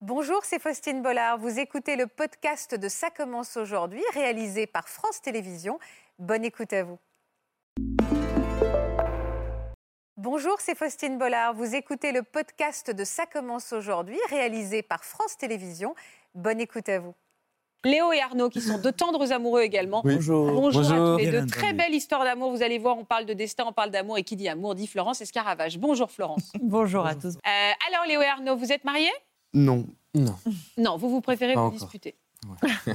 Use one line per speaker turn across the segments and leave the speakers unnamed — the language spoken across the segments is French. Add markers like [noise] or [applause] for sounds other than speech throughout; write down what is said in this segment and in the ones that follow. Bonjour, c'est Faustine Bollard. Vous écoutez le podcast de Ça commence aujourd'hui, réalisé par France Télévisions. Bonne écoute à vous. Bonjour, c'est Faustine Bollard. Vous écoutez le podcast de Ça commence aujourd'hui, réalisé par France Télévisions. Bonne écoute à vous.
Léo et Arnaud, qui sont deux tendres amoureux également.
Oui. Bonjour.
Bonjour, à
Bonjour.
tous les
Bien
deux. Très
entendu.
belle histoire d'amour. Vous allez voir, on parle de destin, on parle d'amour. Et qui dit amour dit Florence Escaravage. Bonjour Florence.
Bonjour à tous.
Euh, alors Léo et Arnaud, vous êtes mariés
[laughs]
Non.
Non.
Non, vous vous préférez
Pas
vous
encore.
disputer.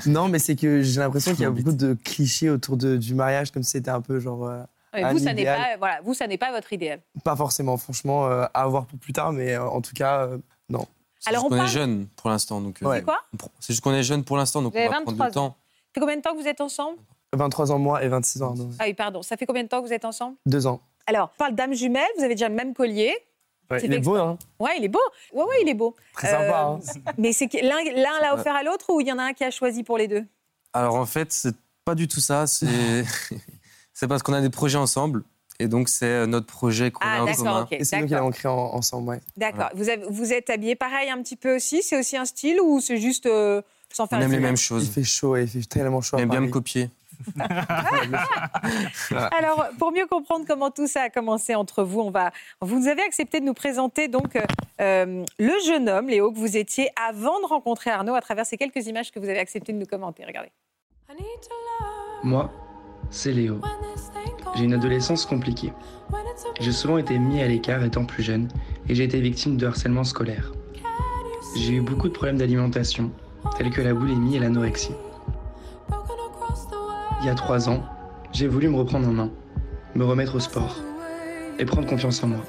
non, mais c'est que j'ai l'impression qu'il y a
M'embête.
beaucoup de clichés autour de- du mariage, comme si c'était un peu genre. euh,
Ouais,
Un
vous, ça n'est
idéal.
pas, voilà, vous, ça n'est pas votre idéal.
pas forcément, franchement, euh, à avoir pour plus tard, mais euh, en tout cas, euh, non.
C'est
Alors,
juste
on
qu'on
parle-
est jeune pour l'instant. donc. euh,
Ouais. C'est
quoi
on prend- C'est juste qu'on est jeune pour l'instant, donc
Vous
on
avez
va prendre
23
le temps.
Ça fait combien de temps que vous êtes ensemble
23 ans moi et 26 ans Arnaud.
Ah oui, pardon. Ça fait combien de temps que vous êtes ensemble
Deux ans.
Alors, on parle d'âme jumelle. Vous avez déjà le même collier.
Ouais,
C'est
il est beau, hein
Ouais, il est beau. Ouais, ouais, il est beau.
Très
Euh,
sympa. hein.
Mais c'est que l'un, l'un l'a offert à l'autre ou il y en a un qui a choisi pour les deux
Alors en fait, c'est pas du tout ça.
[laughs]
C'est [laughs] c'est parce qu'on a des projets ensemble. Et donc, c'est euh, notre projet qu'on a
Ah,
en
d'accord,
commun.
ok.
Et c'est nous qui
D'accord.
l'avons créé en- ensemble, ouais.
D'accord. Vous, avez- vous êtes habillé pareil un petit peu aussi C'est aussi un style ou c'est juste euh, sans
On
faire
aime les
exprès
mêmes
Il
choses.
fait chaud et il fait tellement chaud.
On
à
aime bien
Paris.
me copier.
Alors, pour mieux comprendre comment tout ça a commencé entre vous, on va, vous nous avez accepté de nous présenter donc euh, euh, le jeune homme, Léo, que vous étiez avant de rencontrer Arnaud à travers ces quelques images que vous avez accepté de nous commenter. Regardez.
Moi, c'est Léo. J'ai une adolescence compliquée. J'ai souvent été mis à l'écart étant plus jeune et j'ai été victime de harcèlement scolaire. J'ai eu beaucoup de problèmes d'alimentation, tels que la boulimie et l'anorexie. Il y a trois ans, j'ai voulu me reprendre en main, me remettre au sport et prendre confiance en moi.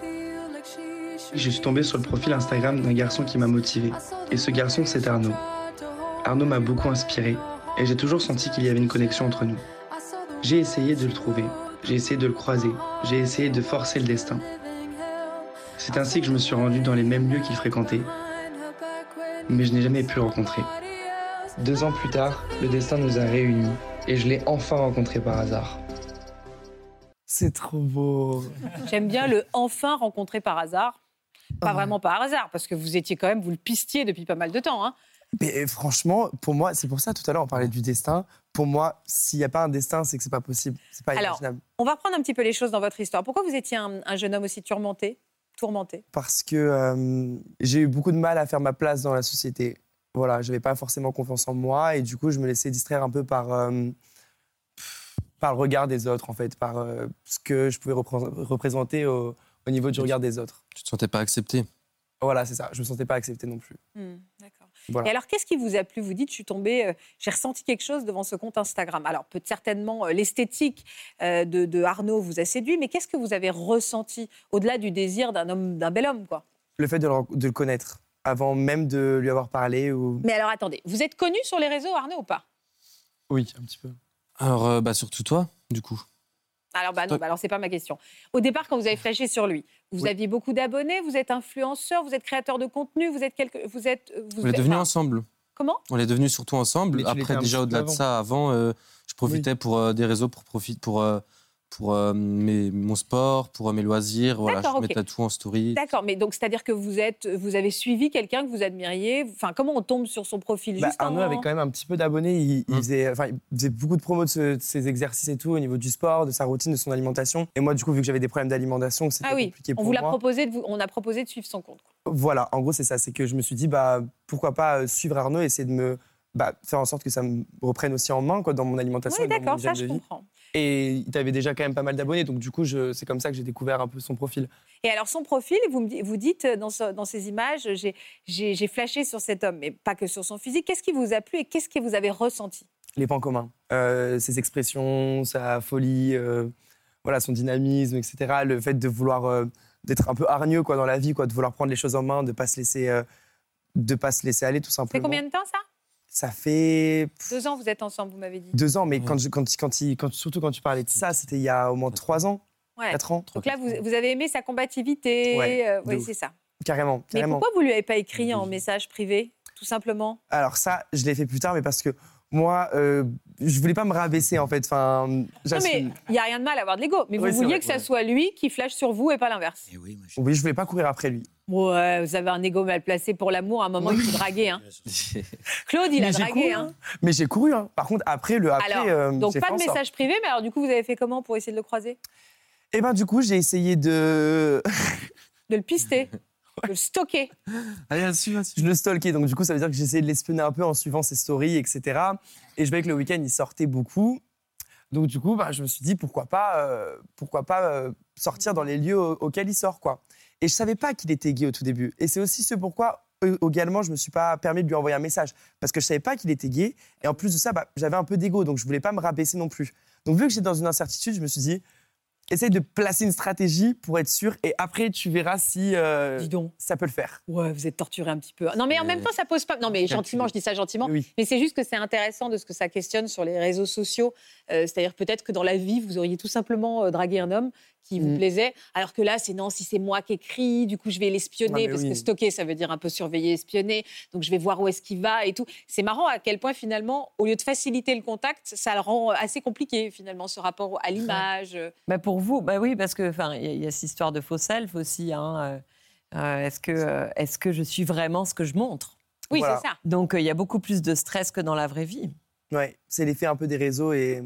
Je suis tombé sur le profil Instagram d'un garçon qui m'a motivé. Et ce garçon, c'est Arnaud. Arnaud m'a beaucoup inspiré et j'ai toujours senti qu'il y avait une connexion entre nous. J'ai essayé de le trouver, j'ai essayé de le croiser, j'ai essayé de forcer le destin. C'est ainsi que je me suis rendu dans les mêmes lieux qu'il fréquentait, mais je n'ai jamais pu le rencontrer. Deux ans plus tard, le destin nous a réunis et je l'ai enfin rencontré par hasard.
C'est trop beau.
J'aime bien le enfin rencontré par hasard. Pas vraiment par hasard, parce que vous étiez quand même, vous le pistiez depuis pas mal de temps. hein.
Mais euh, franchement, pour moi, c'est pour ça tout à l'heure on parlait du destin. Pour moi, s'il n'y a pas un destin, c'est que c'est pas possible. C'est pas
Alors,
imaginable.
On va reprendre un petit peu les choses dans votre histoire. Pourquoi vous étiez un, un jeune homme aussi tourmenté Tourmenté.
parce que euh, j'ai eu beaucoup de mal à faire ma place dans la société. Voilà, j'avais pas forcément confiance en moi et du coup, je me laissais distraire un peu par, euh, par le regard des autres, en fait, par euh, ce que je pouvais repré- représenter au, au niveau du regard des autres.
Tu te sentais pas accepté.
Voilà, c'est ça. Je me sentais pas accepté non plus.
Hmm, D'accord.
Voilà.
Et alors, qu'est-ce qui vous a plu Vous dites, je suis tombée, euh, j'ai ressenti quelque chose devant ce compte Instagram. Alors, peut certainement, euh, l'esthétique euh, de, de Arnaud vous a séduit, mais qu'est-ce que vous avez ressenti au-delà du désir d'un homme, d'un bel homme, quoi
Le fait de le, ren- de le connaître avant même de lui avoir parlé ou
Mais alors, attendez, vous êtes connu sur les réseaux, Arnaud, ou pas
oui, un petit peu.
Alors, euh, bah, surtout toi, du coup.
alors, bah non,
Toi-
bah alors c'est pas ma question. Au départ, quand vous avez flashé sur lui, vous
Oui.
aviez beaucoup d'abonnés, vous êtes influenceur, vous êtes créateur de contenu, vous êtes quelque, vous êtes, euh, vous
On est
êtes-
devenus
enfin,
ensemble.
Comment
On est devenus surtout ensemble.
Mais tu l'étais
Après,
un
déjà,
petit
au-delà
peu
de ça, avant, euh, je profitais pour euh, des réseaux pour profiter pour. euh, pour euh, mes- mon sport, pour euh, mes loisirs, voilà, je
D'accord, ok.
mettais tout en story.
D'accord, mais donc c'est-à-dire que vous êtes, vous avez suivi quelqu'un que vous admiriez. Enfin, comment on tombe sur son profil
Bah,
Juste en-
Arnaud avait quand même un petit peu d'abonnés. Il, il
Mm.
faisait, enfin, il faisait beaucoup de promos de, ce- de ses exercices et tout, au niveau du sport, de sa routine, de son alimentation. Et moi, du coup, vu que j'avais des problèmes d'alimentation, que c'était
Ah oui,
compliqué
on
pour
vous l'a
moi.
proposé, de vous- on a proposé de suivre son compte. quoi.
Voilà, en gros, c'est ça. C'est que je me suis dit, bah, pourquoi pas euh, suivre Arnaud et essayer de me bah, faire en sorte que ça me reprenne aussi en main quoi, dans mon alimentation
Oui,
et dans mon
d'accord, ça
hygiène
je
de vie.
comprends.
Et il avait déjà quand même pas mal d'abonnés, donc du coup, je- c'est comme ça que j'ai découvert un peu son profil.
Et alors son profil, vous me di- vous dites euh, dans, ce- dans ces images, j'ai- j'ai j'ai flashé sur cet homme, mais pas que sur son physique. Qu'est-ce qui vous a plu et qu'est-ce que vous avez ressenti
Les points communs, Euh, ses expressions, sa folie, euh, voilà, son dynamisme, etc. Le fait de vouloir euh, d'être un peu hargneux quoi, dans la vie, quoi, de vouloir prendre les choses en main, de pas se laisser, euh, de pas se laisser aller tout
Ça fait
simplement.
combien de temps ça
ça fait
Deux ans, vous êtes ensemble, vous m'avez dit.
deux ans, mais
Ouais.
quand, je- quand, quand, il- quand- surtout quand tu parlais de ça, c'était il y a au moins trois ans,
Ouais.
quatre ans,
Donc là, vous, vous avez aimé sa combativité.
Ouais,
euh,
de
oui,
ouf.
c'est ça.
carrément,
Mais
carrément.
pourquoi vous lui avez pas écrit en
Oui.
message privé, tout simplement
Alors ça, je l'ai fait plus tard, mais parce que moi, euh, je voulais pas me rabaisser en fait. Enfin,
Non, mais
j'assume.
il n'y a rien de mal à avoir de l'ego. Mais
Oui,
vous
c'est
vouliez
vrai,
que ça
ouais.
soit lui qui flash sur vous et pas l'inverse.
Oui, je voulais pas courir après lui.
Ouais, vous avez un ego mal placé pour l'amour. À un moment, il faut draguer. hein. Claude, il
Mais
a
j'ai
dragué.
couru,
hein.
hein. Mais j'ai couru. hein. Par contre, après, le après,
Alors,
euh,
donc
j'ai
pas
fait
de
en sorte.
message privé, mais alors du coup, vous avez fait comment pour essayer de le croiser
Et ben du coup, j'ai essayé de. [laughs]
De le pister De le stocker
[laughs] Allez, là-dessus, là-dessus.
je le stalkais, donc du coup, ça veut dire que j'ai essayé de l'espionner un peu en suivant ses stories, etc. Et je voyais que le week-end, il sortait beaucoup. Donc du coup, bah, je me suis dit pourquoi pas, euh, pourquoi pas euh, sortir dans les lieux au- auxquels il sort, quoi. Et je savais pas qu'il était gay au tout début. Et c'est aussi ce pourquoi euh, également je me suis pas permis de lui envoyer un message parce que je savais pas qu'il était gay. Et en plus de ça, bah, j'avais un peu d'ego, donc je voulais pas me rabaisser non plus. Donc vu que j'étais dans une incertitude, je me suis dit essaye de placer une stratégie pour être sûr, et après tu verras si euh,
Dis donc.
ça peut le faire.
Ouais, vous êtes torturé un petit peu. Non, mais en
Euh,
même temps, ça pose pas. Non, mais gentiment, je dis ça gentiment.
Oui.
Mais c'est juste que c'est intéressant de ce que ça questionne sur les réseaux sociaux. Euh, C'est-à-dire peut-être que dans la vie, vous auriez tout simplement euh, dragué un homme qui vous
Mm.
plaisait, alors que là, c'est non, si c'est moi qui écris, du coup, je vais
Ah,
l'espionner,
mais
parce
oui.
que stocker, ça veut dire un peu surveiller, espionner, donc je vais voir où est-ce qu'il va et tout. C'est marrant à quel point, finalement, au lieu de faciliter le contact, ça le rend euh, assez compliqué, finalement, ce rapport à l'image.
Bah, pour vous, bah oui, parce que enfin, il y, a- il y a cette histoire de faux self aussi. hein, euh, euh, est-ce que euh, est-ce que je suis vraiment ce que je montre
Oui,
Voilà.
c'est ça.
Donc euh, il y a beaucoup plus de stress que dans la vraie vie.
Ouais, c'est l'effet un peu des réseaux et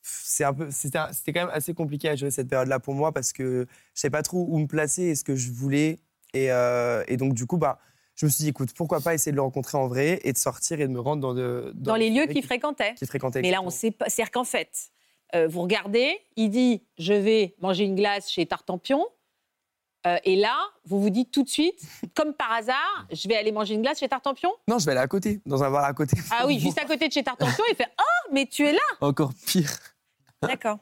c'est un peu c'était un- c'était quand même assez compliqué à gérer cette période là pour moi parce que je savais pas trop où me placer et ce que je voulais et, euh, et donc du coup bah je me suis dit écoute pourquoi pas essayer de le rencontrer en vrai et de sortir et de me rendre dans de-
Dans, les lieux
soirées
qu'il fréquentait.
qu'il fréquentait
Mais là, on sait pas. C'est-à-dire qu'en fait, euh, vous regardez, il dit Je vais manger une glace chez Tartampion. Euh, et là, vous vous dites tout de
[laughs]
suite, comme par hasard, je vais aller manger une glace chez Tartampion.
non je vais aller à côté dans un bar à côté
Ah oui, juste à côté de chez Tartampion, il fait Oh, mais tu es là
Encore pire.
Ah.
D'accord.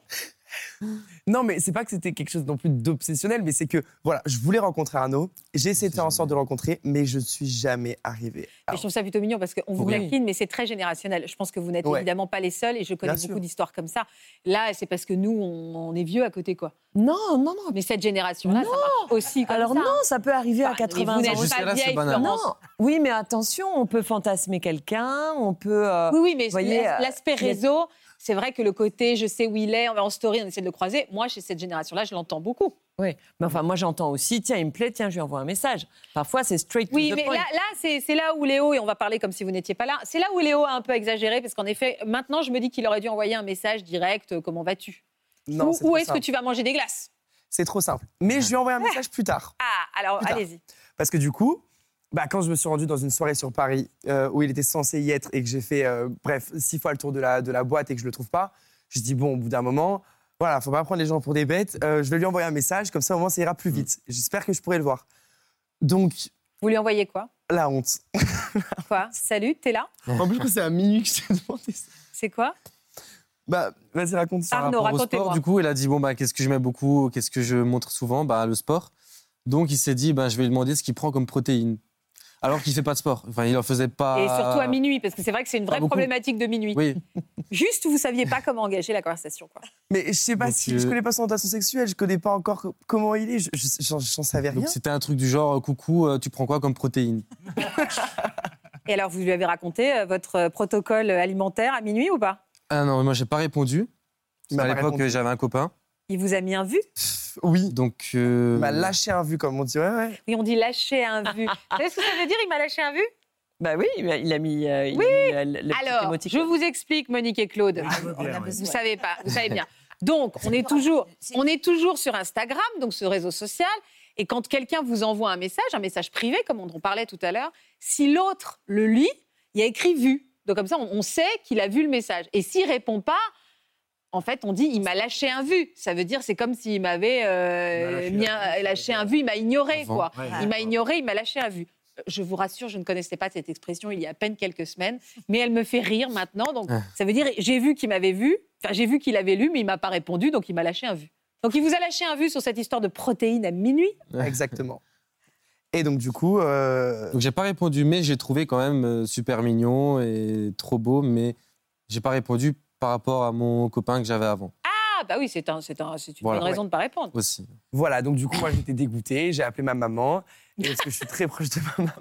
non mais c'est pas que c'était quelque chose non plus d'obsessionnel mais c'est que voilà je voulais rencontrer Arnaud j'ai essayé de faire en sorte de le rencontrer mais je ne suis jamais arrivé
Je trouve ça plutôt mignon parce qu'on vous
Oui.
taquine, mais c'est très générationnel. Je pense que vous n'êtes
Ouais.
évidemment pas les seuls et je connais
Bien sûr.
beaucoup d'histoires comme ça. Là, c'est parce que nous, on, on est vieux à côté, quoi.
Non, non, non.
Mais cette génération-là, ça marche aussi comme
Alors
ça.
non, ça Bah, peut arriver
Enfin, mais
à 80
vous
ans.
n'êtes pas
Jusque-là, c'est
vieille,
banal.
Non,
Florence.
oui, mais attention, on peut fantasmer quelqu'un, on peut. euh,
Oui, oui, mais
Vous voyez,
l'as-
euh,
l'aspect
il y a-
réseau, c'est vrai que le côté je sais où il est, on va en story, on essaie de le croiser. Moi, chez cette génération-là, je l'entends beaucoup.
Oui, mais enfin, moi j'entends aussi, tiens, il me plaît, tiens, je lui envoie un message. Parfois, c'est straight to
Oui,
the
mais
point.
là, là c'est c'est là où Léo, et on va parler comme si vous n'étiez pas là, c'est là où Léo a un peu exagéré, parce qu'en effet, maintenant, je me dis qu'il aurait dû envoyer un message direct euh, comment vas-tu
non
Ou
c'est
où
trop
est-ce que
simple.
tu vas manger des glaces
c'est trop simple mais je lui ai envoyé un message plus tard
Ah, alors
Plus tard.
allez-y.
Parce que du coup, bah, quand je me suis rendu dans une soirée sur Paris euh, où il était censé y être et que j'ai fait, euh, bref, six fois le tour de la, de la boîte et que je le trouve pas, je dis bon, au bout d'un moment, voilà, faut pas prendre les gens pour des bêtes. euh, je vais lui envoyer un message, comme ça au moins ça ira plus vite. J'espère que je pourrai le voir. Donc
Vous lui envoyez quoi
la honte.
[laughs]
Quoi Salut, t'es là
En plus, je crois que c'est à minuit que je t'ai demandé ça.
C'est quoi
Bah, vas-y, raconte ça.
Arnaud,
Par rapport au
racontez-moi.
sport, du coup, il a dit bon bah qu'est-ce que j'aimais beaucoup, qu'est-ce que je montre souvent, bah le sport. Donc il s'est dit ben je vais lui demander ce qu'il prend comme protéines. Alors qu'il fait pas de sport. Enfin, il en faisait
Ah.
pas.
Et surtout à minuit, parce que c'est vrai que c'est une
pas
vraie
beaucoup.
problématique de minuit.
Oui.
Juste, vous saviez pas comment engager la conversation,
[laughs]
quoi.
Mais je sais pas
Donc,
si
euh,
je connais pas son orientation sexuelle, je connais pas encore comment il est, je- je- j'en j'en savais rien.
Donc c'était un truc du genre euh, coucou, euh, tu prends quoi
[laughs]
comme protéines
Et alors, vous lui avez raconté euh, votre euh, protocole alimentaire à minuit ou pas
Ah non, moi j'ai pas répondu.
Il m'a
À
pas
l'époque
répondu.
euh, j'avais un copain.
Il vous a mis un vu
Oui. Bah,
Donc euh,
Il m'a lâché un vu, comme on dit. Ouais, ouais.
Oui, on dit lâcher un [laughs] vu. Vous savez ce que ça veut dire Il m'a lâché un vu
Bah oui, il a- il a mis, euh, il a
Oui.
mis, euh, le- le petit
Alors, je
émoticône.
vous explique, Monique et Claude. Vous savez pas, vous [laughs] savez bien. Donc, on est toujours, on est toujours sur Instagram, donc ce réseau social. Et quand quelqu'un vous envoie un message, un message privé, comme on en parlait tout à l'heure, si l'autre le lit, il y a écrit vu. Donc comme ça, on on sait qu'il a vu le message. Et s'il répond pas, en fait, on dit il m'a lâché un vu. Ça veut dire c'est comme s'il m'avait euh, mis un- lâché, un vu, il m'a ignoré
Avant.
quoi. il m'a ignoré, il m'a lâché un vu. Euh, Je vous rassure, je ne connaissais pas cette expression il y a à peine quelques semaines, mais elle me fait rire maintenant. Donc
Ah.
ça veut dire j'ai vu qu'il m'avait vu, enfin j'ai vu qu'il avait lu, mais il m'a pas répondu, donc il m'a lâché un vu. Donc il vous a lâché un vu sur cette histoire de protéines à minuit.
Exactement. Et donc, du coup, euh,
donc j'ai pas répondu, mais j'ai trouvé quand même euh, super mignon et trop beau, mais j'ai pas répondu par rapport à mon copain que j'avais avant
Ah bah oui, c'est un, c'est un, c'est une
Voilà.
bonne raison de pas répondre.
aussi.
voilà, donc du coup, moi, j'étais dégoûté. J'ai appelé ma maman. Et Parce que je suis très proche de ma
[laughs]
maman.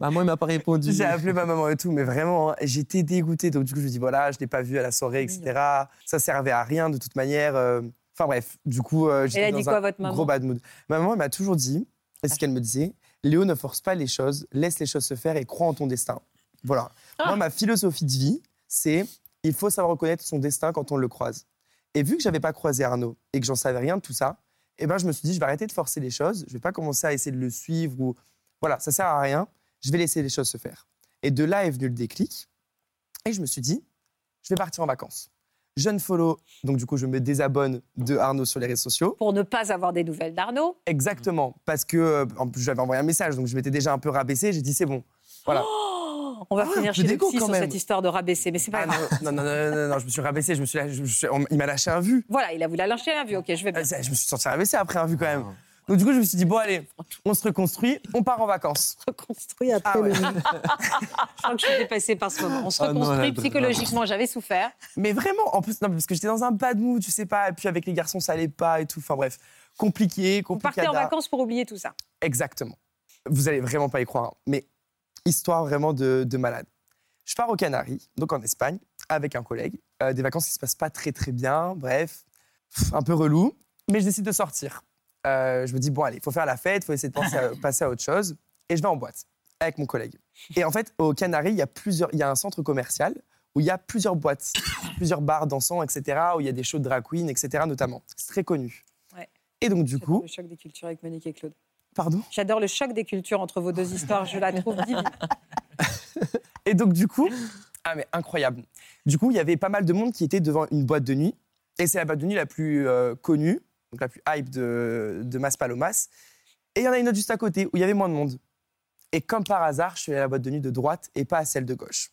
Bah moi il m'a pas
[laughs]
répondu.
J'ai appelé ma maman et tout, mais vraiment, hein, j'étais dégoûté. Donc, du coup, je me dis, voilà, je ne l'ai pas vu à la soirée, etc. Ça servait à rien de toute manière. euh. Enfin, bref, du coup, euh,
Elle
j'étais
a
dans
dit
un
quoi votre maman
gros bad mood. Ma maman, elle m'a toujours dit Et c'est ce qu'elle me disait. Léo, ne force pas les choses, laisse les choses se faire et crois en ton destin. Voilà. Moi, ma philosophie de vie, c'est il faut savoir reconnaître son destin quand on le croise. Et vu que j'avais pas croisé Arnaud et que j'en savais rien de tout ça, eh ben, je me suis dit, je vais arrêter de forcer les choses, je vais pas commencer à essayer de le suivre ou. Voilà, ça sert à rien, je vais laisser les choses se faire. Et de là est venu le déclic. Et je me suis dit, je vais partir en vacances. Je ne follow, donc du coup, je me désabonne de Arnaud sur les réseaux sociaux.
Pour ne pas avoir des nouvelles d'Arnaud.
Exactement, parce que euh, en plus, j'avais envoyé un message, donc je m'étais déjà un peu rabaissé. J'ai dit, c'est bon. Voilà.
Oh, on va
Ah,
finir
je
chez le
dégoûte
psy
quand
sur
même.
cette histoire de rabaisser, mais c'est pas
Ah
grave.
non, non, non, non, non, non, je me suis rabaissé, je me suis, lâ- je- je- on- il m'a lâché un vu.
Voilà, il a voulu la lâcher à la vue, ok, je vais bien.
Euh, ça, Je me suis sorti rabaissé après un vu quand
Ah.
même. Donc du coup, je me suis dit, bon allez, on se reconstruit, on part en vacances.
reconstruit après
Ah ouais.
le vide. je crois que je suis dépassée par ce moment. On se
Ah non,
reconstruit
la drame.
psychologiquement, j'avais souffert.
Mais vraiment, en plus, non, parce que j'étais dans un bad mood, tu sais pas, et puis avec les garçons, ça allait pas et tout. Enfin bref, compliqué,
Vous
compliqué.
partez en vacances pour oublier tout ça.
Exactement. Vous allez vraiment pas y croire, hein, mais histoire vraiment de, de malade. Je pars aux Canaries, donc en Espagne, avec un collègue. Euh, des vacances qui se passent pas très très bien, bref, Pff, un peu relou. Mais je décide de sortir. Euh, je me dis bon allez, faut faire la fête, faut essayer de penser à- passer à autre chose. Et je vais en boîte avec mon collègue. Et en fait, aux Canaries, il y a plusieurs, il y a un centre commercial où il y a plusieurs boîtes, plusieurs bars dansants, etc. Où il y a des shows de drag queen, etc. Notamment, c'est très connu.
Ouais.
Et donc du
J'adore
coup,
le choc des cultures avec Monique et Claude.
pardon.
J'adore le choc des cultures entre vos deux histoires, je la trouve divine.
Et donc, du coup, [laughs] ah, mais incroyable. Du coup, il y avait pas mal de monde qui était devant une boîte de nuit. Et c'est la boîte de nuit la plus euh, connue, donc la plus hype de, de Mas Palomas. Et il y en a une autre juste à côté où il y avait moins de monde. Et comme par hasard, je suis allé à la boîte de nuit de droite et pas à celle de gauche.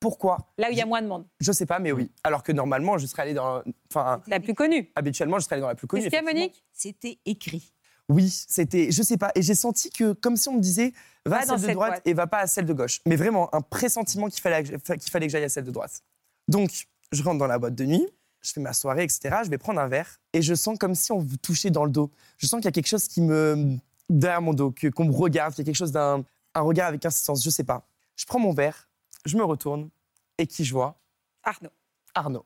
Pourquoi
Là où il y a moins de monde,
Je sais pas, mais oui. Alors que normalement, je serais allé dans. Enfin,
la plus connue.
habituellement, je serais allé dans la plus connue.
Qu'est-ce qu'il y a, Monique
C'était écrit.
Oui, c'était, je sais pas, et j'ai senti que comme si on me disait va,
Va dans
à celle de
cette
droite
boîte.
et va pas à celle de gauche. Mais vraiment un pressentiment qu'il fallait que je- qu'il fallait que j'aille à celle de droite. Donc je rentre dans la boîte de nuit, je fais ma soirée, etc. Je vais prendre un verre et je sens comme si on me touchait dans le dos. Je sens qu'il y a quelque chose qui me derrière mon dos, que- qu'on me regarde, qu'il y a quelque chose d'un un regard avec insistance, je sais pas. Je prends mon verre, je me retourne et qui je vois
Arnaud.
Arnaud.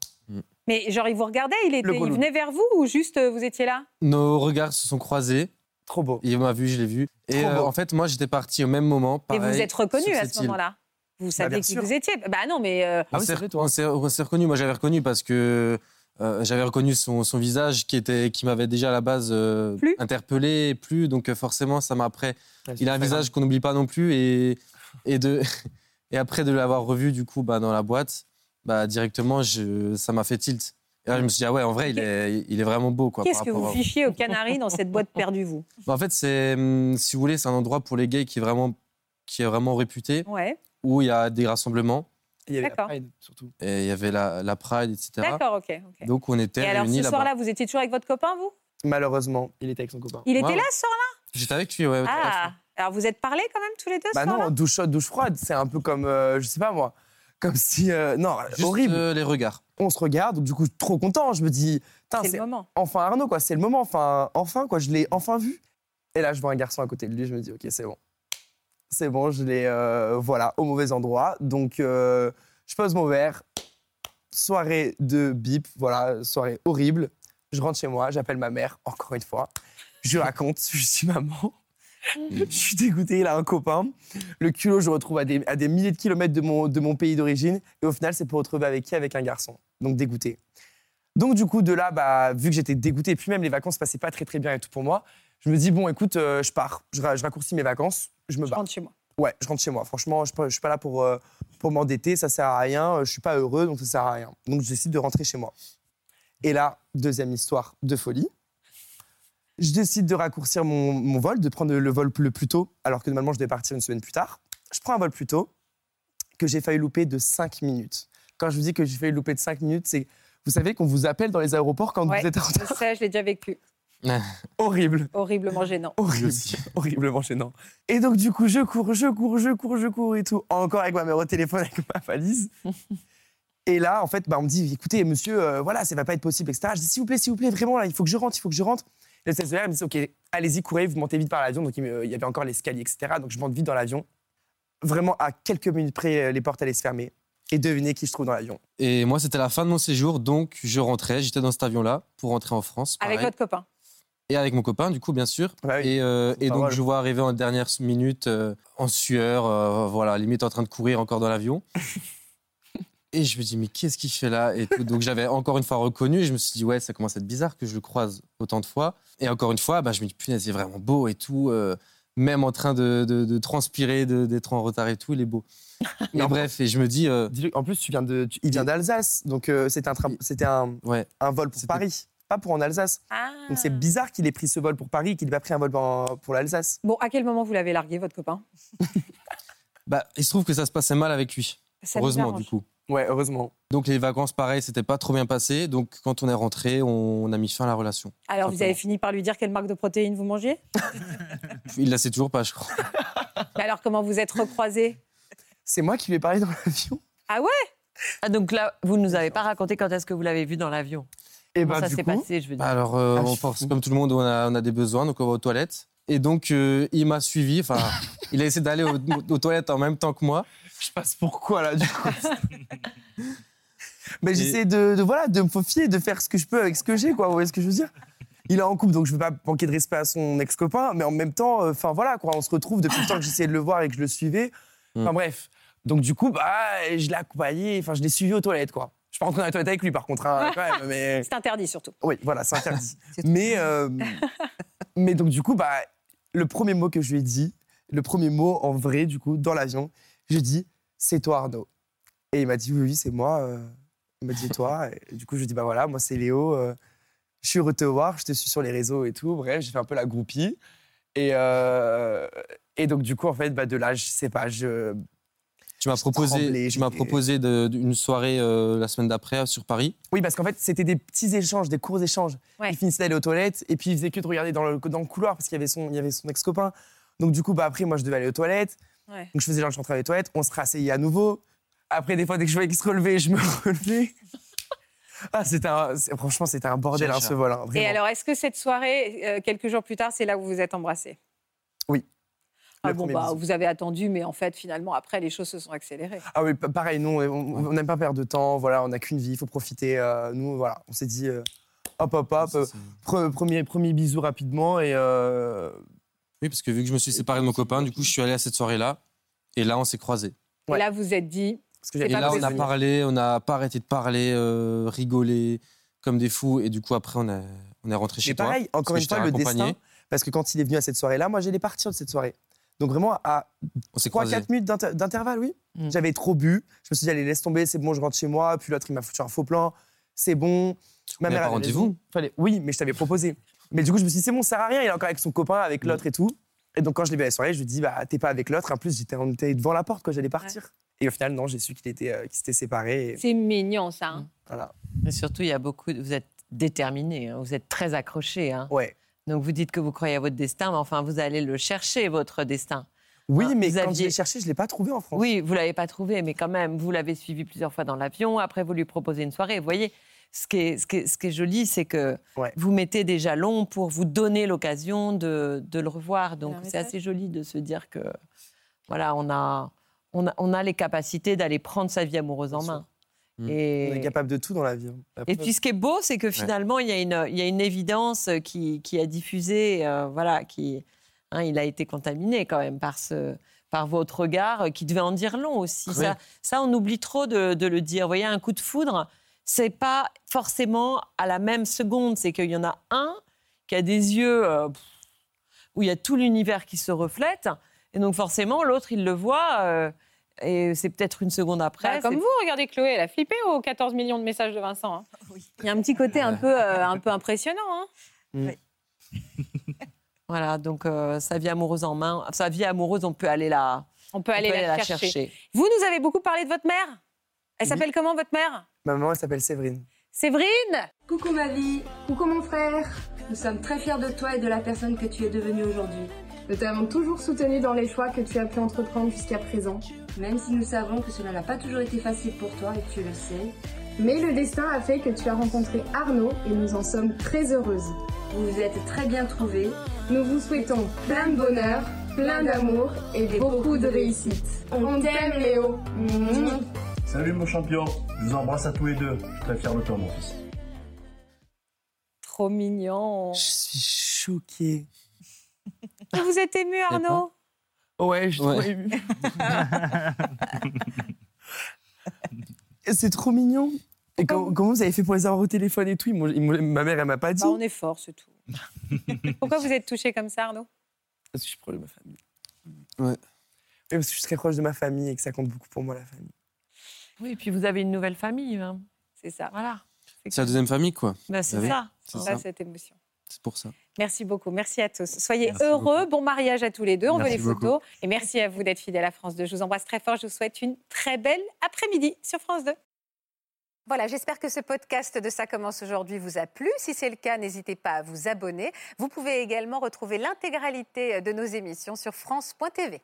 Mais genre, il vous regardait, il, était,
Le gros
il
loup.
venait vers vous ou juste euh, vous étiez là
Nos regards se sont croisés.
Trop beau.
Il m'a vu, je l'ai vu. Et
Trop
euh,
beau.
en fait, moi, j'étais parti au même moment.
Et vous
pareil,
vous êtes reconnu
sur
à
cette
ce
île.
moment-là Vous saviez
bien
qui
sûr.
vous étiez Bah non, mais euh,
Ah
on
oui,
s'est-
c'est vrai, toi.
on s'est on s'est reconnus. Moi, j'avais reconnu parce que euh, j'avais reconnu son, son visage qui, était, qui m'avait déjà à la base euh,
Plu.
interpellé et plus. Donc, euh, forcément, ça m'a après. Il a un visage qu'on n'oublie pas non plus. Et, et, de, [laughs] et après de l'avoir revu, du coup, bah, dans la boîte, bah, directement, je, ça m'a fait tilt. Et là, je me suis dit, ah ouais, en vrai, il est, il est vraiment beau. Quoi,
qu'est-ce
par
que
rapport
vous
à-
fichiez aux Canaries dans cette boîte perdue, vous
Bah, en fait, c'est, hum, si vous voulez, c'est un endroit pour les gays qui est vraiment, qui est vraiment réputé,
Ouais,
où il y a des rassemblements.
Il y avait la
D'accord.
pride, surtout.
Et il y avait la, la Pride, etc.
d'accord, ok. ok.
Donc, on était
Et alors,
réunis
ce
là-bas.
soir-là, vous étiez toujours avec votre copain, vous
Malheureusement, il était avec son copain.
Il était
Ouais,
là
ouais.
ce soir-là
J'étais avec lui, ouais. tout à la
Ah,
fin.
alors vous êtes parlés quand même tous les deux ce
Bah
soir-là
non, douche chaude, douche froide, c'est un peu comme, euh, je sais pas moi, comme si, euh, non,
Juste,
horrible.
euh, les regards.
On se regarde, du coup trop content, je me dis, putain,
C'est
c'est Bah.
le moment.
enfin Arnaud quoi, c'est le moment, enfin, enfin quoi, je l'ai enfin vu. Et là, je vois un garçon à côté de lui, je me dis, ok, c'est bon, c'est bon, je l'ai, euh, voilà, au mauvais endroit, donc euh, je pose mon verre, soirée de bip, voilà, soirée horrible. Je rentre chez moi, j'appelle ma mère, encore une fois. Je raconte, [laughs] je dis maman. Je suis dégoûté, il a un copain. Le culot, je le retrouve à des, à des milliers de kilomètres de mon, de mon pays d'origine. Et au final, c'est pour retrouver avec qui Avec un garçon. Donc dégoûté. Donc du coup, de là, bah, vu que j'étais dégoûté, et puis même les vacances passaient pas très très bien et tout pour moi, je me dis, bon, écoute, euh, je pars. Je, ra- je raccourcis mes vacances, je me
Je
barre.
rentre chez moi.
Ouais, je rentre chez moi. Franchement, je ne suis pas là pour, euh, pour m'endetter, ça sert à rien. euh, Je suis pas heureux, donc ça sert à rien. Donc je décide de rentrer chez moi. Et là, deuxième histoire de folie. Je décide de raccourcir mon, mon vol, de prendre le vol le plus tôt, alors que normalement je devais partir une semaine plus tard. Je prends un vol plus tôt, que j'ai failli louper de 5 minutes. Quand je vous dis que j'ai failli louper de 5 minutes, c'est. Vous savez qu'on vous appelle dans les aéroports quand
Ouais.
vous êtes en [laughs]
Je
retard.
sais, je l'ai déjà vécu.
Horrible.
Horriblement gênant.
Horrible, [laughs] horriblement gênant. Et donc, du coup, je cours, je cours, je cours, je cours et tout. Encore avec ma mère au téléphone, [laughs] avec ma
[laughs]
valise. et là, en fait, bah, on me dit, écoutez, monsieur, euh, voilà, ça va pas être possible, etc. Je dis, s'il vous plaît, s'il vous plaît, vraiment, là, il faut que je rentre, il faut que je rentre. Et le stagiaire il me dit, ok, allez-y, courez, vous montez vite par l'avion. Donc, il me- il y avait encore l'escalier, etc. Donc, je monte vite dans l'avion. Vraiment, à quelques minutes près, euh, les portes allaient se fermer. Et devinez qui je trouve dans l'avion.
Et moi, c'était la fin de mon séjour, donc je rentrais. J'étais dans cet avion-là pour rentrer en France.
Avec
pareil.
votre copain.
Et avec mon copain, du coup, bien sûr.
Bah oui.
Et, euh,
C'est
et
pas
donc,
drôle.
je vois arriver en dernière minute, euh, en sueur, euh, voilà, limite en train de courir encore dans l'avion. et je me dis, mais qu'est-ce qu'il fait là et tout. Donc, j'avais encore une fois reconnu. Et je me suis dit, ouais, ça commence à être bizarre que je le croise autant de fois. Et encore une fois, bah, je me dis, punaise, il est vraiment beau et tout. euh, même en train de, de- de transpirer, de- d'être en retard et tout, il est beau. Mais
Non.
bref, et je me dis, euh,
Dis-le, En plus, tu viens de, tu- il vient d'Alsace, donc euh, c'était un, train- c'était un,
ouais,
un vol pour
C'était-
Paris, pas pour en Alsace.
Ah.
Donc c'est bizarre qu'il ait pris ce vol pour Paris et qu'il n'ait pas pris un vol pour, pour l'Alsace.
Bon, à quel moment vous l'avez largué, votre copain
bah, il se trouve que ça se passait mal avec lui.
Ça nous
heureusement,
arrange.
du coup.
Ouais, heureusement.
Donc les vacances, pareil, c'était pas trop bien passé. Donc quand on est rentré, on, on a mis fin à la relation.
Alors, vous
Simplement.
avez fini par lui dire quelle marque de protéines vous mangiez
Il la sait toujours pas, je
[laughs]
crois.
Mais Alors, comment vous êtes recroisés
C'est moi qui lui ai parlé dans l'avion.
Ah, donc là, vous ne nous avez pas raconté quand est-ce que vous l'avez vu dans l'avion.
Et
Comment
ben
ça
du
s'est
coup,
passé, je veux dire.
Alors euh,
Ah, je
on
suis
force
fou.
comme tout le monde, on a, on a des besoins, donc on va aux toilettes. Et donc euh, il m'a suivi.
[laughs]
Enfin, il a essayé d'aller aux, aux toilettes en même temps que moi.
je passe pourquoi là du [laughs] coup. Mais
Et-
Ben, j'essaie de, de, voilà de me faufiler, de faire ce que je peux avec ce que j'ai quoi. Vous voyez ce que je veux dire Il est en couple, donc je ne veux pas manquer de respect à son ex copain, mais en même temps, euh, enfin voilà quoi, on se retrouve depuis le temps que j'essayais de le voir et que je le suivais. Enfin
Mm.
bref, donc du coup bah je l'ai accompagné, enfin je l'ai suivi aux toilettes quoi. Je suis pas rentré dans les toilettes avec lui par contre,
[laughs]
hein, quand même, mais
C'est interdit, surtout.
oui voilà c'est interdit. mais euh, mais donc du coup bah le premier mot que je lui ai dit, le premier mot en vrai, du coup, dans l'avion, je dis c'est toi Arnaud. Et il m'a dit oui, oui, c'est moi. euh. Il m'a dit et toi. Et du coup, je lui ai dit bah voilà, moi c'est Léo. euh, je suis heureux de te voir, je te suis sur les réseaux et tout. Bref, j'ai fait un peu la groupie. Et, euh, et donc, du coup, en fait, bah, de là, je sais pas, je.
Tu m'as
Je tremblais,
proposé, tu m'as
j'étais-
proposé de- d'une soirée euh, la semaine d'après sur Paris.
Oui, parce qu'en fait, c'était des petits échanges, des courts échanges.
Ouais.
Il finissait d'aller aux toilettes et puis il faisait que de regarder dans le, dans le couloir parce qu'il y avait son, il y avait son ex-copain. Donc, du coup, bah, après, moi, je devais aller aux toilettes.
Ouais.
Donc, je faisais genre, je rentrais aux toilettes, on se rasseyait à nouveau. Après, des fois, dès que je voyais qu'il se relevait, je me [laughs] relevais. ah, c'était un, c'est- franchement, c'était un bordel, hein,
Chercheur.
ce vol. hein,
Et
vraiment.
alors, est-ce que cette soirée, euh, quelques jours plus tard, c'est là où vous vous êtes embrassés
Oui.
Ah
Le
bon,
premier
bah,
bisou.
vous avez attendu, mais en fait, finalement, après, les choses se sont accélérées.
Ah oui, pa- pareil, nous, on on n'aime pas perdre de temps, voilà, on n'a qu'une vie, il faut profiter. euh, nous, voilà, on s'est dit, euh, hop, hop, hop, euh, pre- premier, premier bisou rapidement et... euh,
Oui, parce que vu que je me suis séparé de mon copain, du coup, je suis allé à cette soirée-là. Et là, on s'est croisés.
Ouais.
Et là, vous êtes dit,
parce
C'est
que j'avais
Et
pas
là, on
posé
a
de-
parlé, on n'a pas arrêté de parler, euh, rigoler comme des fous. Et du coup, après, on, a, on est rentré chez
Mais
toi.
pareil,
parce
encore
que
une
je
fois,
t'ai
le
accompagné.
destin, parce que quand il est venu à cette soirée-là, moi, j'allais partir de cette soirée. Donc vraiment, à
On s'est croisés.
3-4 minutes d'inter- d'intervalle, oui,
Mm.
j'avais trop bu. Je me suis dit, allez, laisse tomber, c'est bon, je rentre chez moi. Puis l'autre, il m'a foutu un faux plan. C'est bon. Ma
Mais
mère
pas
avait
rendez-vous.
raison. Fallait... Oui, mais je t'avais proposé. Mais du coup, je me suis dit, c'est bon, ça sert à rien. Il est encore avec son copain, avec
Mm.
l'autre et tout. Et donc, quand je l'ai vu à la soirée, je lui dis, bah, t'es pas avec l'autre. En plus, j'étais on était devant la porte, quoi, j'allais partir. Et au final, non, j'ai su qu'il était, euh, qu'ils s'étaient séparés. et Mm.
c'est mignon, ça. hein.
voilà.
Et surtout, il y a beaucoup. de- Vous êtes déterminé, vous êtes très accroché.
Ouais.
Donc vous dites que vous croyez à votre destin, mais enfin vous allez le chercher votre destin.
Oui,
Ah,
mais
vous
quand je
aviez-
l'ai cherché, je l'ai pas trouvé en France.
Oui, vous l'avez pas trouvé, mais quand même vous l'avez suivi plusieurs fois dans l'avion. Après vous lui proposez une soirée. Vous voyez, ce qui est, ce qui est- ce qui est joli, c'est que
Ouais.
vous mettez des jalons pour vous donner l'occasion de, de le revoir. Donc
Un
c'est
message.
assez joli de se dire que voilà, on a on a, on a les capacités d'aller prendre sa vie amoureuse en
Bien sûr. Mmh.
main.
Mm.
Et...
On est capable de tout dans la vie. hein. La
Et
preuve.
puis ce qui est beau, c'est que finalement, il, y a une, il y a une évidence euh, qui, qui a diffusé, euh, voilà, qui, hein, il a été contaminé quand même par, ce, par votre regard euh, qui devait en dire long aussi.
Oui.
Ça, ça, on oublie trop de, de le dire. Vous voyez, un coup de foudre, c'est pas forcément à la même seconde. C'est qu'il y en a un qui a des yeux euh, pff, où il y a tout l'univers qui se reflète. Et donc forcément, l'autre, il le voit. euh, et c'est peut-être une seconde
Bah,
après.
comme
c'est-
vous, regardez Chloé, elle a flippé aux 14 millions de messages de Vincent. hein. Il y a un petit côté un
Ouais.
peu, euh, un peu impressionnant. hein.
Voilà, donc euh, sa vie amoureuse en main, sa vie amoureuse, on peut aller la,
On peut
on
aller,
peut
la, chercher. Vous nous avez beaucoup parlé de votre mère. Elle
Oui.
s'appelle comment votre mère
Ma maman, elle s'appelle Séverine.
Séverine
Coucou ma vie, coucou mon frère. Nous sommes très fiers de toi et de la personne que tu es devenue aujourd'hui. Nous t'avons toujours soutenu dans les choix que tu as pu entreprendre jusqu'à présent, même si nous savons que cela n'a pas toujours été facile pour toi et tu le sais. Mais le destin a fait que tu as rencontré Arnaud et nous en sommes très heureuses. Vous vous êtes très bien trouvés. Nous vous souhaitons plein de bonheur, plein d'amour et beaucoup de réussite. Mmh. On t'aime Léo.
Salut mon champion, je vous embrasse à tous les deux. Je suis très fier de toi mon fils.
trop mignon.
Je suis choquée.
Vous êtes ému, Arnaud
Ouais, je suis
Ouais.
trop émue. C'est trop mignon. Et com- comment vous avez fait pour les avoir au téléphone et tout Ils m'ont- ils m'ont- Ma mère, elle m'a pas dit.
Bah, On est fort, c'est tout. Pourquoi vous êtes touché comme ça, Arnaud
Parce que je suis proche de ma famille.
Ouais.
Et parce que je suis très proche de ma famille et que ça compte beaucoup pour moi, la famille.
Oui, et puis vous avez une nouvelle famille. hein.
C'est ça.
Voilà.
C'est la deuxième famille, quoi.
Bah, c'est
Ah oui.
ça.
C'est
Ça,
ça.
cette émotion.
C'est pour ça.
Merci beaucoup. Merci à tous. Soyez
Merci
heureux. Bon mariage à tous les deux. On veut
Merci
les photos. Et merci à vous d'être fidèles à France 2. Je vous embrasse très fort. Je vous souhaite une très belle après-midi sur France 2.
Voilà, j'espère que ce podcast de Ça commence aujourd'hui vous a plu. Si c'est le cas, n'hésitez pas à vous abonner. Vous pouvez également retrouver l'intégralité de nos émissions sur France.tv.